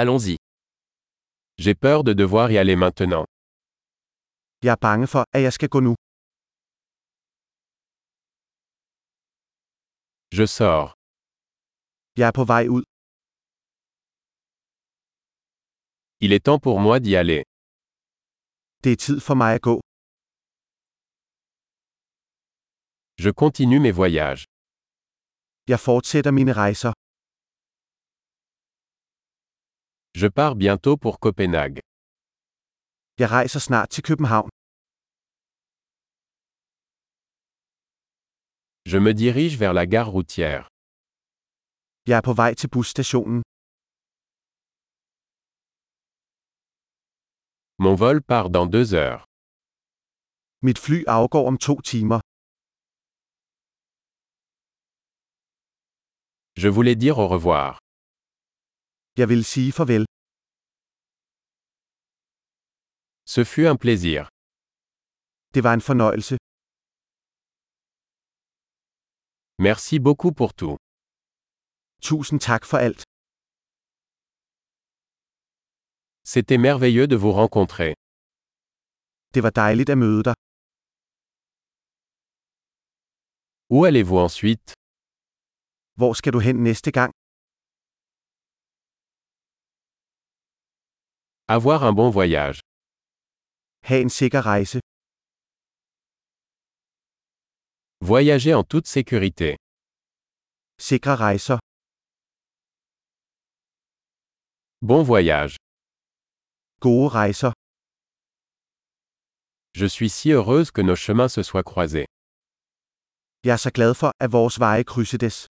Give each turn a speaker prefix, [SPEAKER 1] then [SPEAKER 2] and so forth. [SPEAKER 1] Allons-y. J'ai peur de devoir y aller maintenant.
[SPEAKER 2] Jeg er bange for, at jeg skal gå nu.
[SPEAKER 1] Je sors.
[SPEAKER 2] Jeg er på vej ud.
[SPEAKER 1] Il est temps pour moi d'y aller.
[SPEAKER 2] Det er tid for mig at gå.
[SPEAKER 1] Je continue mes voyages.
[SPEAKER 2] Jeg fortsætter mine rejser.
[SPEAKER 1] Je pars bientôt pour Copenhague.
[SPEAKER 2] Jeg rejser snart til København.
[SPEAKER 1] Je me dirige vers la gare routière.
[SPEAKER 2] Jeg er på vej til busstationen.
[SPEAKER 1] Mon vol part dans deux heures.
[SPEAKER 2] Mit fly afgår om to timer.
[SPEAKER 1] Je voulais dire au revoir.
[SPEAKER 2] Jeg vil sige farvel.
[SPEAKER 1] Ce fut un plaisir.
[SPEAKER 2] Det var en fornøjelse.
[SPEAKER 1] Merci beaucoup pour tout.
[SPEAKER 2] Tusind tak for alt.
[SPEAKER 1] C'était merveilleux de vous rencontrer.
[SPEAKER 2] Det var dejligt at møde dig.
[SPEAKER 1] Où allez-vous ensuite
[SPEAKER 2] Hvor skal du hen næste gang?
[SPEAKER 1] Avoir un bon voyage.
[SPEAKER 2] Ha' en sikker rejse.
[SPEAKER 1] Voyager en toute sécurité.
[SPEAKER 2] Sikre rejser.
[SPEAKER 1] Bon voyage.
[SPEAKER 2] Gode rejser.
[SPEAKER 1] Je suis si heureuse que nos chemins se soient croisés.
[SPEAKER 2] Jeg er så glad for, at vores veje krydsedes.